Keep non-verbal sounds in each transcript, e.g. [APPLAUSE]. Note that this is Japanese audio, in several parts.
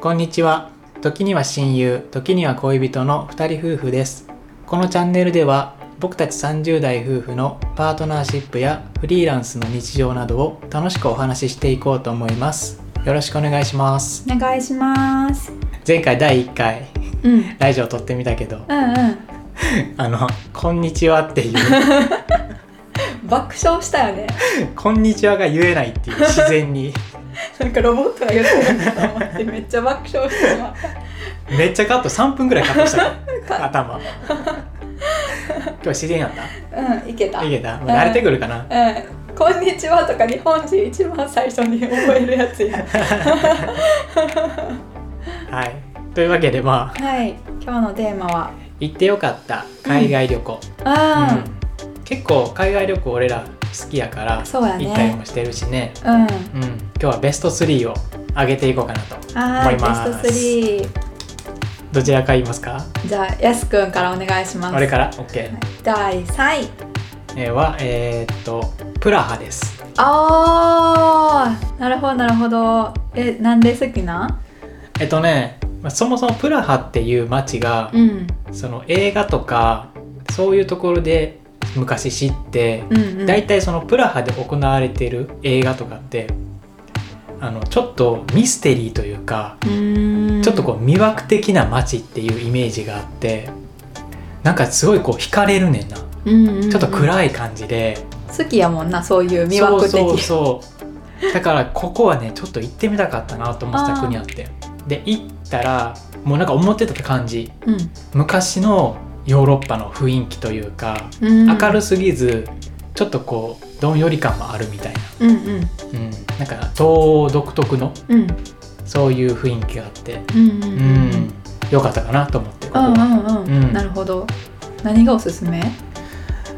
こんにちは時には親友時には恋人の2人夫婦ですこのチャンネルでは僕たち30代夫婦のパートナーシップやフリーランスの日常などを楽しくお話ししていこうと思いますよろしくお願いしますお願いします。前回第1回うん。うんラジオ撮ってみたけどうん。あの「こんにちは」っていう [LAUGHS] 爆笑した [LAUGHS] よね。 「こんにちは」が言えないっていう自然になんかロボットが言ってるのかと思 [LAUGHS] ってめっちゃ爆笑してました。めっちゃカット3分ぐらいカットしたカ頭今日自然やっうん、いけた。たいけたもう慣れてくるかなうん。こんにちはとか日本人一番最初に覚えるやつや。はいというわけでまあはい。今日のテーマは。行ってよかった海外旅行、あうん結構海外旅行俺ら好きやからそうやね行ったりもしてるしねあ、うん。うん今日はベスト3を上げていこうかなとああ、思ベいますスト3。どちらから言いますかじゃあ、やすくんからお願いします。俺から OK、第三位。えーはえーっとプラハですああ、なるほど、なるほど。え、なんで好きな。えっとねまあそもそもプラハっていう街が、うん。その映画とかそういうところで昔知って、うん、うん。大体そのプラハで行われている映画とかってあのちょっとミステリーというか、うーんちょっとこう魅惑的な街っていうイメージがあってなんかすごいこう惹かれるねんな、うんうんうんちょっと暗い感じで好きやもんなそういう魅惑的そうそうそうだからここはねちょっと行ってみたかったなと思ってあたー国あってで行ったらもうなんか思ってた感じうん昔のヨーロッパの雰囲気というかうん、明るすぎずちょっとこうどんより感もあるみたいなうんうんうん、なんか東欧独特のうんそういう雰囲気があって、うんうんううんん、良かったかなと思ってここうんはうんうんうんなるほど何がおすすめ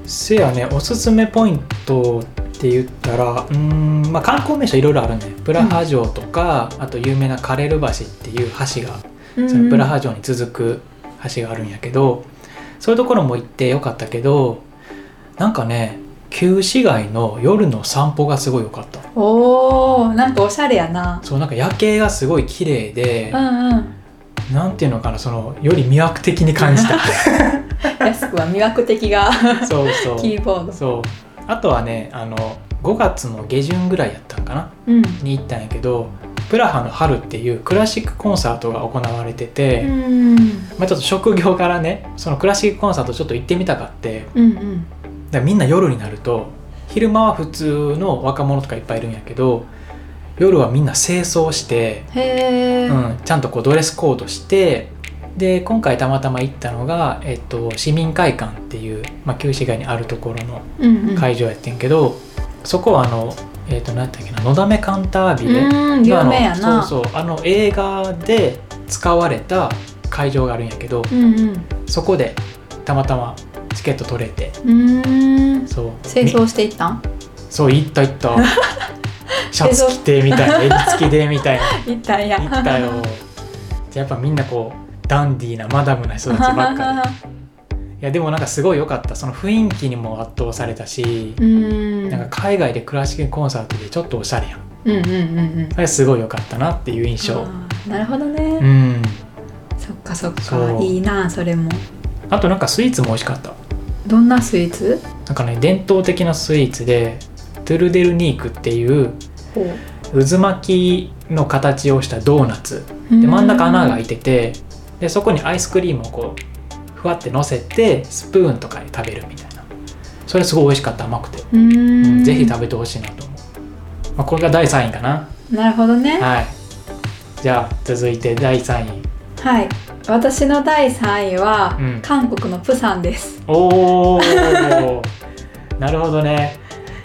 せやねおすすめポイントって言ったらうん、まあ、観光名所いろいろあるねプラハ城とか、あと有名なカレル橋っていう橋がそのプラハ城に続く橋があるんやけど、そういうところも行ってよかったけどなんかね旧市街の夜の散歩がすごい良かったおーなんかおしゃれやなそうなんか夜景がすごい綺麗でうんうんなんていうのかなそのより魅惑的に感じ [LAUGHS] た安くは魅惑的がそうそうキーボードそうあとはねあの5月の下旬ぐらいやったんかなうんに行ったんやけどプラハの春っていうクラシックコンサートが行われてて、うんまあ、ちょっと職業からねそのクラシックコンサートちょっと行ってみたかってだかうんうんらみんな夜になると昼間は普通の若者とかいっぱいいるんやけど夜はみんな清掃してへえ、うん、ちゃんとこうドレスコードしてで今回たまたま行ったのが、えっと、市民会館っていう、まあ、旧市街にあるところのうんうん、会場やってんけど、そこはあの、えっと何やったっけな「のだめカンタービレ」うん有名やあのなそうそうあの映画で使われた会場があるんやけどうんうんそこでたまたまチケット取れてうーんそう清み掃していったんそう行った行った [LAUGHS] シャツ着てみたいな襟付きでみたいな。行ったんや [LAUGHS] 行った [LAUGHS] よやっぱみんなこうダンディーなマダムな人たちばっか [LAUGHS] りいやでもなんかすごい良かったその雰囲気にも圧倒されたし、うんなんか海外でクラシックコンサートでちょっとおしゃれやんうんうんうんうんあれすごい良かったなっていう印象あーなるほどね、うんそっかそっそかういいなそれもあとなんかスイーツも美味しかったどんなスイーツなんかね伝統的なスイーツでトゥルデルニークっていうほう渦巻きの形をしたドーナツで真ん中穴が開いててでそこにアイスクリームをこうふわって乗せてスプーンとかで食べるみたいなそれすごい美味しかった甘くて、ううんんぜひ食べてほしいなと思う、まあ、これが第3位かななるほどねははいじゃあ続いて第3位い、私の第3位は、うん韓国のプサンです、おー [LAUGHS] なるほどね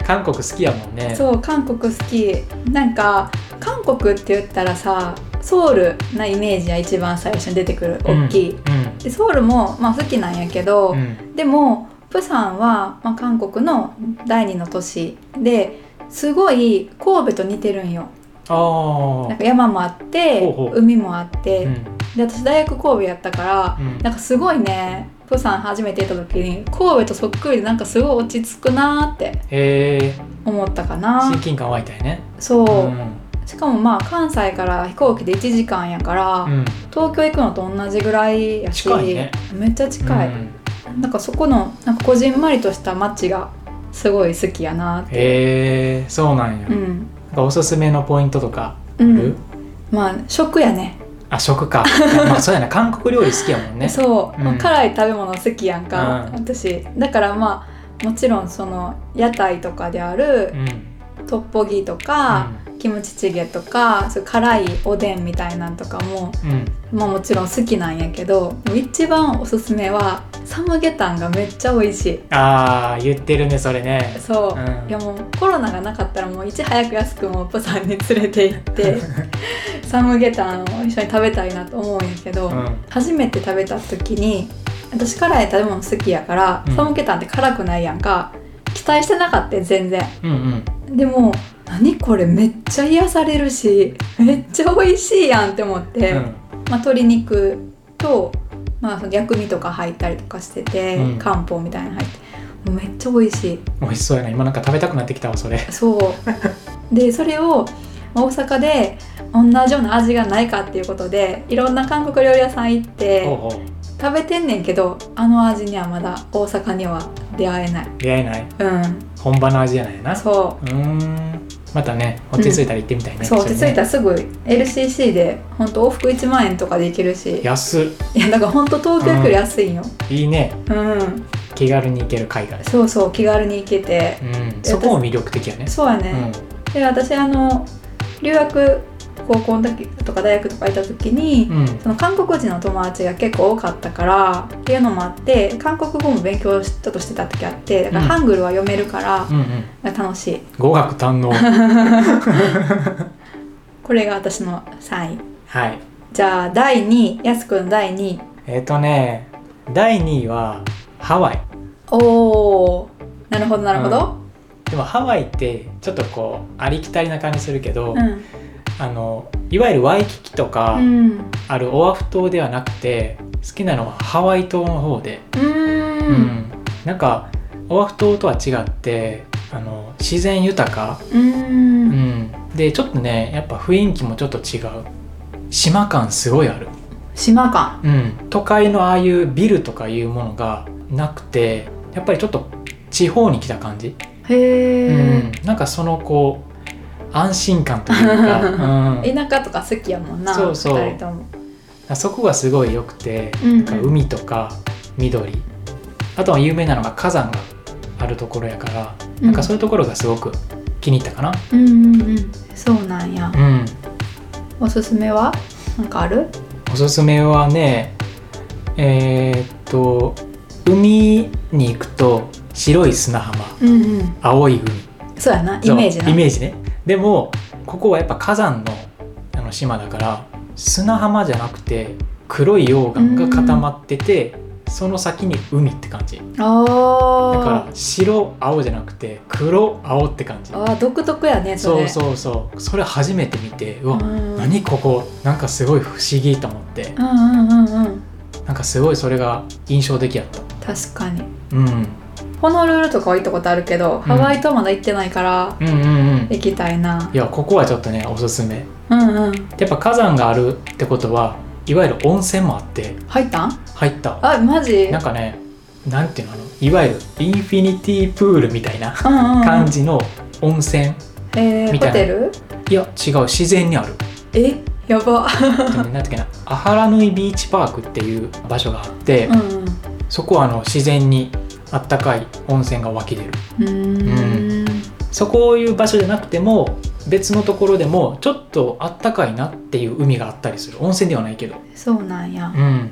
韓国好きやもんねそう韓国好きなんか韓国って言ったらさソウルなイメージが一番最初に出てくるうん大きい、うんでソウルも、まあ、好きなんやけど、うんでもプサンは、まあ、韓国の第二の都市ですごい神戸と似てるんよあなんーか山もあってほうほう海もあって、うんで私大学神戸やったからうんなんかすごいねプサン初めて行った時に神戸とそっくりでなんかすごい落ち着くなーってへえ思ったかな親近感湧いたよねそう、んしかもまあ関西から飛行機で1時間やから、うん、東京行くのと同じぐらいやし近いねめっちゃ近い、うんなんかそこのなんかこじんまりとした街がすごい好きやなって、へえそうなんや、うなんんかおすすめのポイントとかうある、ん、まあ食やねあ食か [LAUGHS] いやまあそうやな韓国料理好きやもんねそう、うんまあ辛い食べ物好きやんか、うん私だからまあもちろんその屋台とかであるん、トッポギとか、キムチチゲとかそういう辛いおでんみたいなんとかも、うんうん、まあ、もちろん好きなんやけど一番おすすめはサムゲタンがめっちゃ美味しいああ言ってるねそれねそう、うんいやもうコロナがなかったらもういち早く安くもプサンに連れて行ってサムゲタンを一緒に食べたいなと思うんやけど、うん初めて食べた時に私辛い食べ物好きやから、うんサムゲタンって辛くないやんか期待してなかったよ全然うんうんでも何これめっちゃ癒されるしめっちゃ美味しいやんって思って、うんまあ、鶏肉と、まあ、その薬味とか入ったりとかしてて、うん漢方みたいなの入ってもうめっちゃ美味しい美味しそうやな今なんか食べたくなってきたわそれそうでそれをまあ大阪で同じような味がないかっていうことでいろんな韓国料理屋さん行ってほうほ食べてんねんけどあの味にはまだ大阪には出会えないう出会えないうん本場の味じゃないなうそーんまたね落ち着いたら行ってみたいね、うそう落ち着いたららすぐ LCC でほんと往復1万円とかで行けるしいや安っだからほんと東京行くより安いんよいいねうん、気軽に行ける海外そうそう気軽に行けてうんそこも魅力的やねそうやね、で私あの留学高校の時とか大学とかいた時に、うん、うんその韓国人の友達が結構多かったからっていうのもあって韓国語も勉強ちょっとしてた時あってだからうんハングルは読めるからう、んうん楽しい語学堪 [LAUGHS] 能これが私の3位はいじゃあ第2位やすくんの第2位えっ、とね第2位はハワイおーなるほどなるほどでもハワイってちょっとこうありきたりな感じするけど、うんあのいわゆるワイキキとかうんうあるオアフ島ではなくて好きなのはハワイ島の方で、ーうんなんかオアフ島とは違ってあの自然豊か、ううんん、でちょっとねやっぱ雰囲気もちょっと違う島感すごいある島感うん、都会のああいうビルとかいうものがなくてやっぱりちょっと地方に来た感じ、へえ、うん、なんかそのこう安心感というか、 [LAUGHS] うん、田舎とか好きやもんなそうそう二人ともそこがすごい良くてうんうんなんか海とか緑あとは有名なのが火山があるところやからなんかそういうところがすごく気に入ったかな、うんうんうんそうなんやうん、おすすめはなんかあるおすすめはねえーっと海に行くと白い砂浜うんうん青い海そうやなイそうメージなイメージねでもここはやっぱ火山のあの島だから砂浜じゃなくて黒い溶岩が固まっててその先に海って感じだかあら白青じゃなくて黒青って感じーあー独特やねそそれうそうそうそれ初めて見てうわ、うん何ここなんかすごい不思議と思ってうんうんうんうんなんかすごいそれが印象的やった確かにうんホノルルとかは行ったことあるけど、ハワイとはまだ行ってないからうんうんうん行きたいないやここはちょっとねおすすめうんうんやっぱ火山があるってことはいわゆる温泉もあって入ったん入ったあマジなんかねなんていうのあのいわゆるインフィニティプールみたいなうんうんうん感じの温泉、えー、みたいなホテルいや違う自然にあるえやばでもねなんていうかなアハラヌイビーチパークっていう場所があって、うんうんそこはあの自然にあったかい温泉が湧き出るうーんそこいう場所じゃなくても別のところでもちょっとあったかいなっていう海があったりする温泉ではないけどそうなんや、うん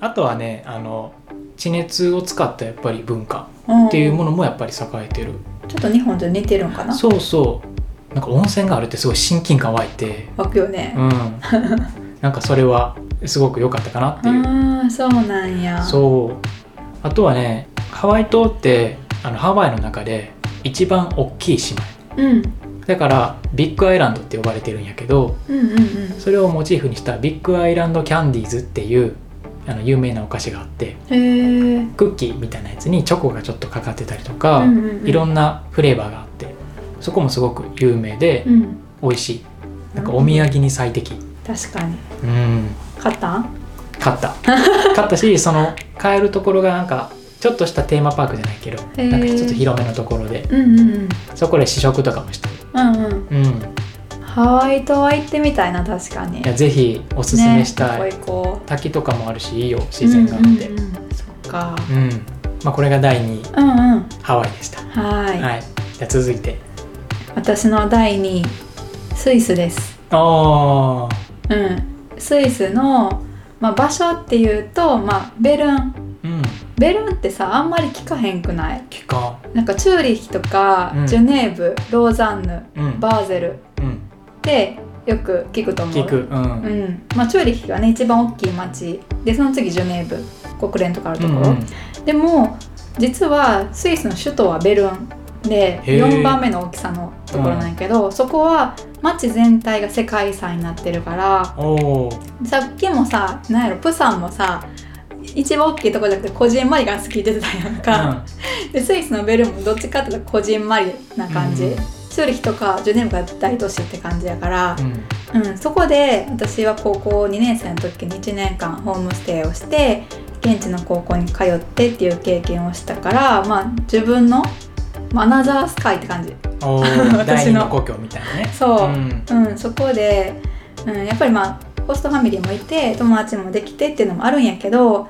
あとはねあの地熱を使ったやっぱり文化うんっていうものもやっぱり栄えてる、ちょっと日本と似てるんかなそうそうなんか温泉があるってすごい親近感湧いて湧くよねうんなんかそれはすごく良かったかなっていうああそうなんやそうあとはねハワイ島ってあのハワイの中で一番大きい島うんだからビッグアイランドって呼ばれてるんやけどうんうんうんそれをモチーフにしたビッグアイランドキャンディーズっていうあの有名なお菓子があってへえクッキーみたいなやつにチョコがちょっとかかってたりとか、うんうんうんいろんなフレーバーがあってそこもすごく有名でうん美味しいなんかお土産に最適確かにうん買ったん買った買ったしその買えるところがなんかちょっとしたテーマパークじゃないけどへーなんかちょっと広めのところでうんうんうんそこで試食とかもしたうんうんうんいハワイ島は行ってみたいな確かにやぜひおすすめしたい、ね、ここ行こう滝とかもあるしいいよ自然があってうんうんうんそっかうん、まあ、これが第2位うんうんハワイでしたははいい、じゃあ続いて私の第2位スイスですああうんスイスの、まあ、場所っていうと、まあ、ベルンうんベルンってさあんまり聞かへんくない期間なんかチューリヒとか、うんジュネーブローザンヌうんバーゼルうんでよく聞くと思う聞くうん、うんうんまあ、チューリヒがね一番大きい町でその次ジュネーブ国連とかあるとこうろ、んでも実はスイスの首都はベルンでへー4番目の大きさのところなんやけど、そこは町全体が世界遺産になってるからおーさっきもさなんやろプサンもさ一番大きいとこじゃなくてこじんまりが好きって言ってたやんか、でスイスのベルンもどっちかっていうとこじんまりな感じ、うんチューリヒとかジュネーブが大都市って感じやから、うん [LAUGHS] うん、そこで私は高校2年生の時に1年間ホームステイをして現地の高校に通ってっていう経験をしたから、まあ、自分のまあアナザースカイって感じおー第私二のの故郷みたいなねそう、んうんそこで、うん、やっぱりまあホストファミリーもいて友達もできてっていうのもあるんやけど、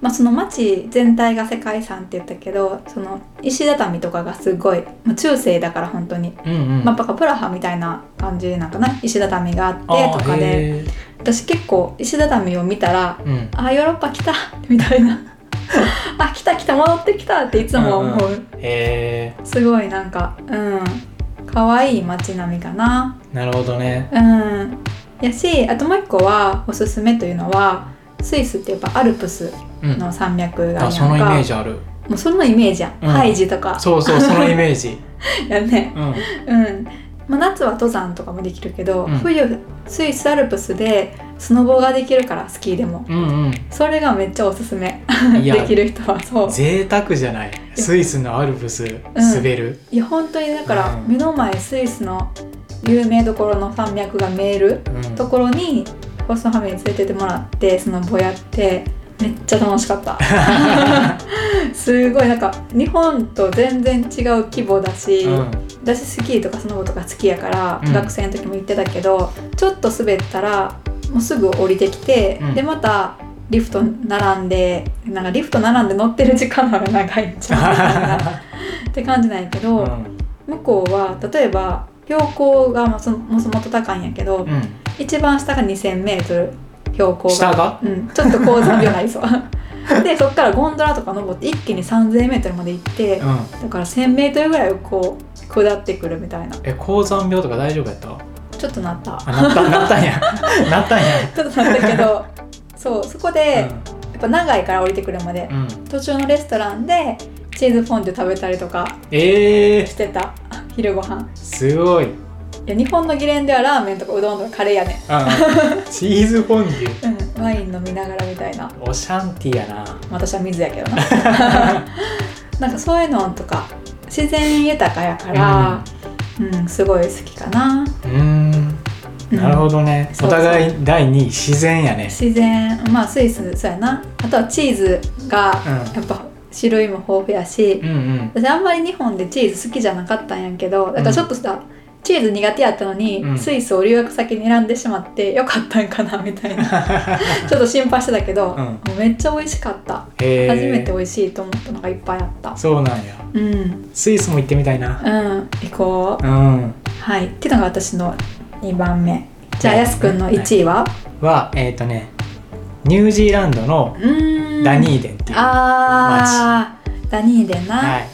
まあ、その町全体が世界遺産って言ったけどその石畳とかがすごい、まあ、中世だから本当に、うんうんまあ、やっぱプラハみたいな感じなんかな石畳があってとかで。あーへー私結構石畳を見たらうん「あヨーロッパ来た」 [LAUGHS] みた [LAUGHS] いな「あ来た来た戻ってきた」っていつも思う、へえすごいなんかうん可愛い街並みかななるほどねうんやしあともう一個はおすすめというのはスイスってやっぱアルプスうんの山脈あがあるそやんのイメかージあるもうそのイメージやん、うんハイジとかそうそうそのイメー [LAUGHS] ジやねうんうん、まあ、夏は登山とかもできるけど、うん冬スイスアルプスでスノボができるからスキーでもうんそれがめっちゃおすすめうんいでやきる人はそう贅沢じゃないスイスのアルプス滑るいや本当にだからうん目の前スイスの有名どころの山脈が見えるうんところにホストファミリーに連れてってもらってそのぼやってめっちゃ楽しかった [LAUGHS] すごいなんか日本と全然違う規模だし、 [LAUGHS] うん私スキーとかスノボとか好きやから、うん学生の時も行ってたけどちょっと滑ったらもうすぐ降りてきて、うんでまたリフト並んでなんかリフト並んで乗ってる時間の方が長いんちゃうみたい [LAUGHS] なって感じなんやけど、うん向こうは例えば標高がまあそもそもと高いんやけど、うん一番下が 2,000m 標高下が、がうん、ちょっと高山病になりそう [LAUGHS] でそっからゴンドラとか登って一気に 3,000m まで行って、うんだから 1,000m ぐらいをこう下ってくるみたいなえ高山病とか大丈夫やったちょっとなったあなったなったん [LAUGHS] やなったんやちょっとなったけどそうそこで、やっぱ長いから降りてくるまでうんうん途中のレストランでチーズフォンデュ食べたりとかえーしてた昼ご飯すごいうんいや日本のゲレンデはラーメンとかうどんとかカレーやね [LAUGHS] チーズフォンデュうん、ワイン飲みながら [LAUGHS] みたいなおシャンティやな私は水やけどな [LAUGHS] なんかそういうのとか自然豊かやから、うんすごい好きかな、うーんなるほどどね、そうそうお互い第2位自然やね自然まあスイスそうやなあとはチーズがうんやっぱ種類も豊富やしう、ん [LAUGHS] うん私あんまり日本でチーズ好きじゃなかったんやけどだからちょっとさ、チーズ苦手やったのに、うんスイスを留学先に選んでしまってよかったんかなみた [LAUGHS] いなちょっと心配してたけど、うんもうめっちゃ美味しかったへー初めて美味しいと思ったのがいっぱいあったそうなんやうんうんスイスも行ってみたいな行こううんはいっていうのが私の2番目じゃあはいやすくんの1位は、はえっ、とねニュージーランドのうーんダニーデンっていう、はあーダニーデンな、い、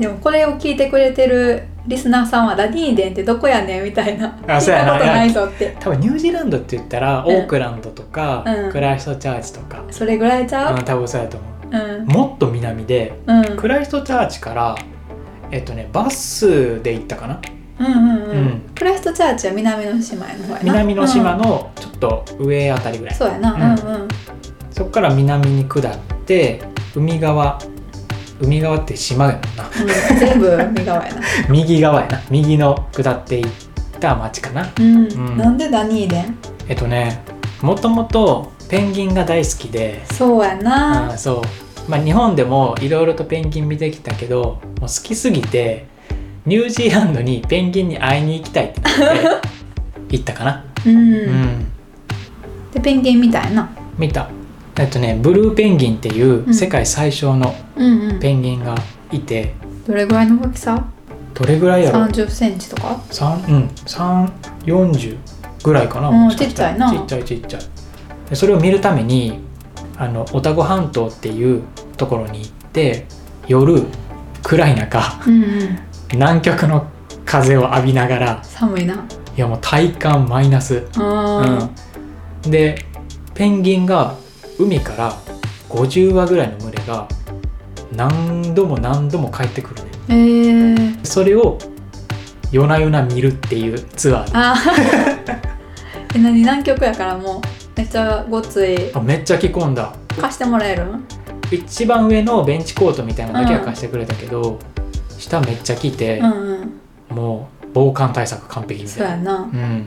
でもこれを聞いてくれてるリスナーさんはダニーデンってどこやねんみたいな聞いたこそうやなとないぞって多分ニュージーランドって言ったら、うんオークランドとか、うんクライストチャーチとか、それぐらいちゃう、うん多分そうやと思うんうもっと南でうんクライストチャーチからえっとねバスで行ったかなうんうんううんクライストチャーチは南の島やの方やな南の島うんのちょっと上あたりぐらい、そうやなうんうんそこから南に下って海側海側って島やもんな [LAUGHS] うん全部海側やな右側やな右の下っていっった町かなうん、うんなんでダニーデンえっとねもともとペンギンが大好きでそうやあな、ーそう、まあ、日本でもいろいろとペンギン見てきたけどもう好きすぎてニュージーランドにペンギンに会いに行きたいって言って行ったかな、うんうん、でペンギンみたいな見たえっとねブルーペンギンっていうんう世界最小のうんうんペンギンがいて、どれぐらいの大きさどれぐらいやろ3 0センチとか三うん340ぐらいかな、うんもしかしたらちっちゃいちなっちゃいちっちゃいでそれを見るためにあのオタゴ半島っていうところに行って夜暗い中うんうん南極の風を浴びながら寒いないやもう体感マイナス、あうん、でペンギンが海から50羽ぐらいの群れが何度も何度も帰ってくるねー、えー、それを夜な夜な見るっていうツアーであー [LAUGHS] え何南極やからもうめっちゃごついあめっちゃ着込んだ貸してもらえるん一番上のベンチコートみたいなのだけは貸してくれたけど、下めっちゃ着てう、んうんもう防寒対策完璧みそうたいやなな、うん、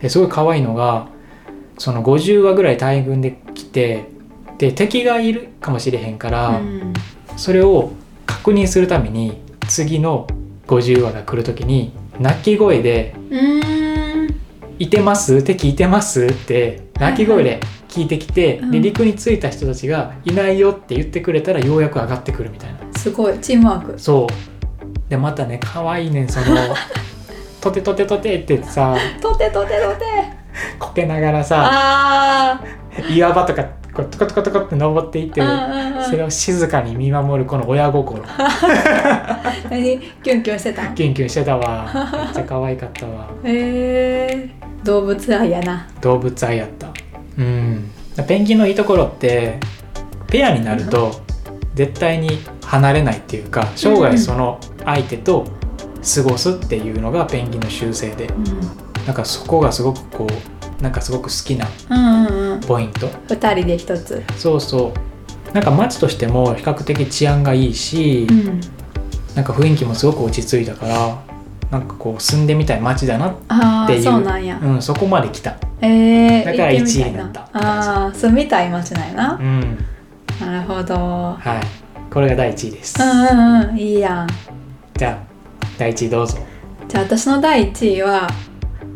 ですごい可愛いのがその50羽ぐらい大群で来てで敵がいるかもしれへんから、うんそれを確認するために次の50羽が来る時に鳴き声でうーん「いてます敵いてます」って鳴き声で聞いてきて、うんで陸に着いた人たちが「いないよ」って言ってくれたらようやく上がってくるみたいな。すごいチームワークそうでまたね可愛いねんその [LAUGHS] 「とてとてとて」ってさとてとてとてこけながらさあー岩場とかこうトコトコトコって登っていってうんうんそれうんを静かに見守るこの親心 [LAUGHS] 何キュンキュンしてたんキュンキュンしてたわめっちゃ可愛かったわへえー、動物愛やな動物愛やったうんペンギンのいいところってペアになると絶対に離れないっていうか生涯その相手と過ごすっていうのがペンギンの習性でうんなんかそこがすごくこうなんかすごく好きなうんうんうんポイント2人で一つそうそうなんか街としても比較的治安がいいし、うんなんか雰囲気もすごく落ち着いたからなんかこう住んでみたい街だなあっていあうそうなんやうんそこまで来たえー、だから行ってみ一い位になったああ住みたい街なんやなうんなるほどはいこれが第1位です、うんうんうんいいやんじゃあ第1位どうぞじゃあ私の第1位は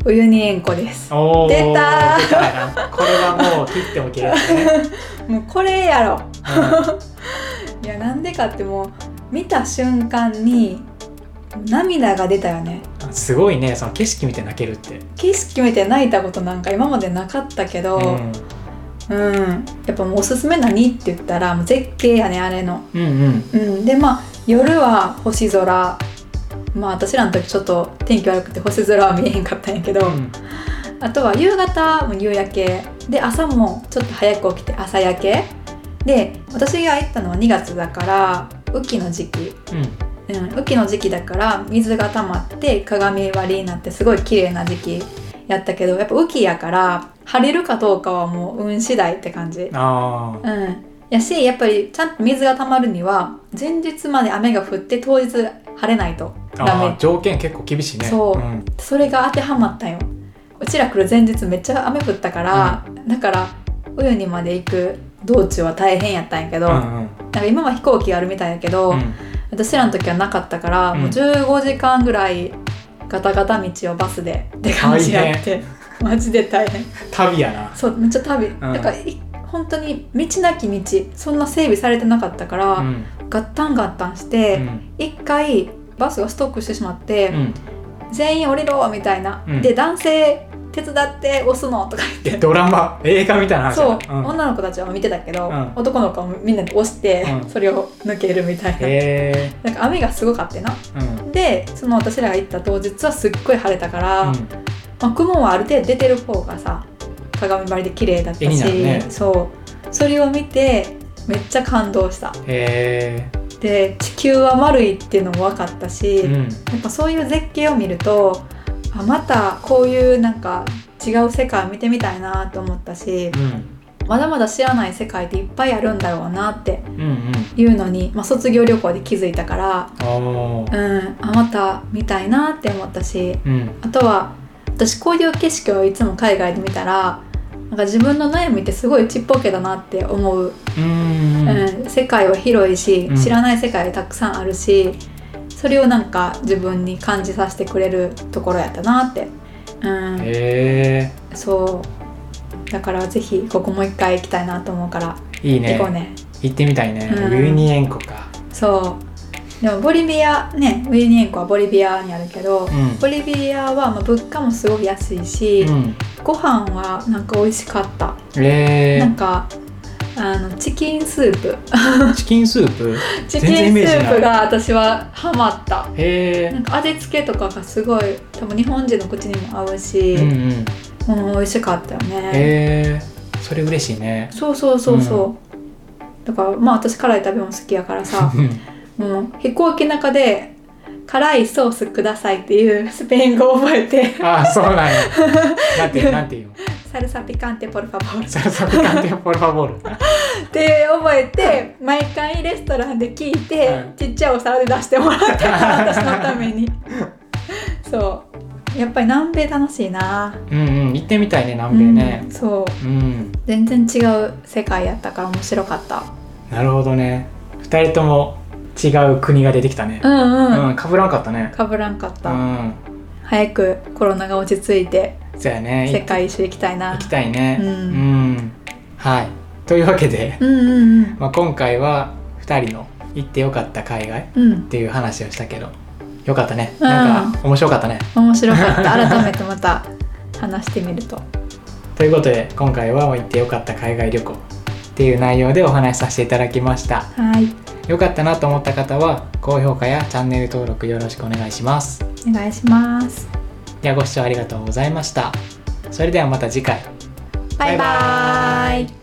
ウユニ塩湖ですおー出たー出たなこれはもう切っても切れないね、もうこれやろうんいやなんでかってもう見た瞬間に涙が出たよねあすごいねその景色見て泣けるって、景色見て泣いたことなんか今までなかったけどううん、ん、やっぱもうおすすめ何って言ったらもう絶景やねあれのうんうんうんでまあ夜は星空まあ私らの時ちょっと天気悪くて星空は見えへんかったんやけど、うんあとは夕方も夕焼けで朝もちょっと早く起きて朝焼けで私が行ったのは2月だから雨季の時期、うん、雨季の時期だから水が溜まって鏡割りになってすごい綺麗な時期やったけどやっぱ雨季やから晴れるかどうかはもう運次第って感じうんあうんやしやっぱりちゃんと水が溜まるには前日まで雨が降って当日晴れないとーダメあー条件結構厳しいねそうんそれが当てはまったんようちら来る前日めっちゃ雨降ったから、だからウユニまで行く道中は大変やったんやけど、うなんんうんか今は飛行機あるみたいやけど、うん私らの時はなかったから、うんもう15時間ぐらいガタガタ道をバスでって感じやって、マジで大変旅やなそうめっちゃ旅、だからい本当に道なき道そんな整備されてなかったから、うんガッタンガッタンして、ん一回バスがストップしてしまって、うん、全員降りろみたいな、うんで男性手伝って押すのとかえ言ってドラマ映画みたいな話そう、やなうん、女の子たちは見てたけど、うん男の子はみんなで押して、うんそれを抜けるみたいな、へなんか雨がすごかってなえうんでその私らが行った当日はすっごい晴れたから、うんまあ、雲はある程度出てる方がさ鏡張りで綺麗だったし絵になるねそうそれを見てめっちゃ感動したへで地球は丸いっていうのも分かったし、えうんやっぱそういう絶景を見るとあまたこういうなんか違う世界を見てみたいなと思ったしうんまだまだ知らない世界っていっぱいあるんだろうなってうんうんいうのに、まあ、卒業旅行で気づいたから、おーうん、あまた見たいなって思ったしうんあとは私こういう景色をいつも海外で見たらなんか自分の悩みってすごいちっぽけだなって思う、うんううんん、世界は広いしうん知らない世界がたくさんあるしそれをなんか自分に感じさせてくれるところやったなって、うん、へそうだからぜひここもう一回行きたいなと思うからえいいね行こうね行ってみたいね、うんウユニ塩湖かそうでもボリビアねウユニ塩湖はボリビアにあるけど、んボリビアはまあ物価もすごく安いし、うんご飯はなんか美味しかった、えなんかあのチキンスープー、チキンスープチ全然キインスメージないープが私はハマったへなんか味付けとかがすごい多分日本人の口にも合うしえ、うんうんうん、美味しかったよね、へえそれ嬉しいねそうそうそうそう、だからまあ私辛い食べ物好きやからさもう飛行機の中で辛いソースくださいっていうスペイン語を覚えて [LAUGHS] ああそうなんやなんてなんていうのサルサピカンテポルファボールサルサピカンテポルファボールって覚えて毎回レストランで聞いて、はいちっちゃいお皿で出してもらってた [LAUGHS] 私のためにそうやっぱり南米楽しいなうんうん行ってみたいね南米ねうんそううん、全然違う世界やったから面白かったなるほどね二人とも違う国が出てきたねうんうん、うん、かぶらんかったねかぶらんかった、うん早くコロナが落ち着いてそうやね世界一周行きたい行なきたいねうんうん、はいというわけでうんうんうんまあ、今回は2人の行ってよかった海外っうんていう話をしたけどよかったねうんなんか面白かったね、面白かった改めてまた話してみるとということで今回は行ってよかった海外旅行っていう内容でお話しさせていただきましたはいよかったなと思った方は高評価やチャンネル登録よろしくお願いしますお願いしますではご視聴ありがとうございましたそれではまた次回ババイバイババイバーイ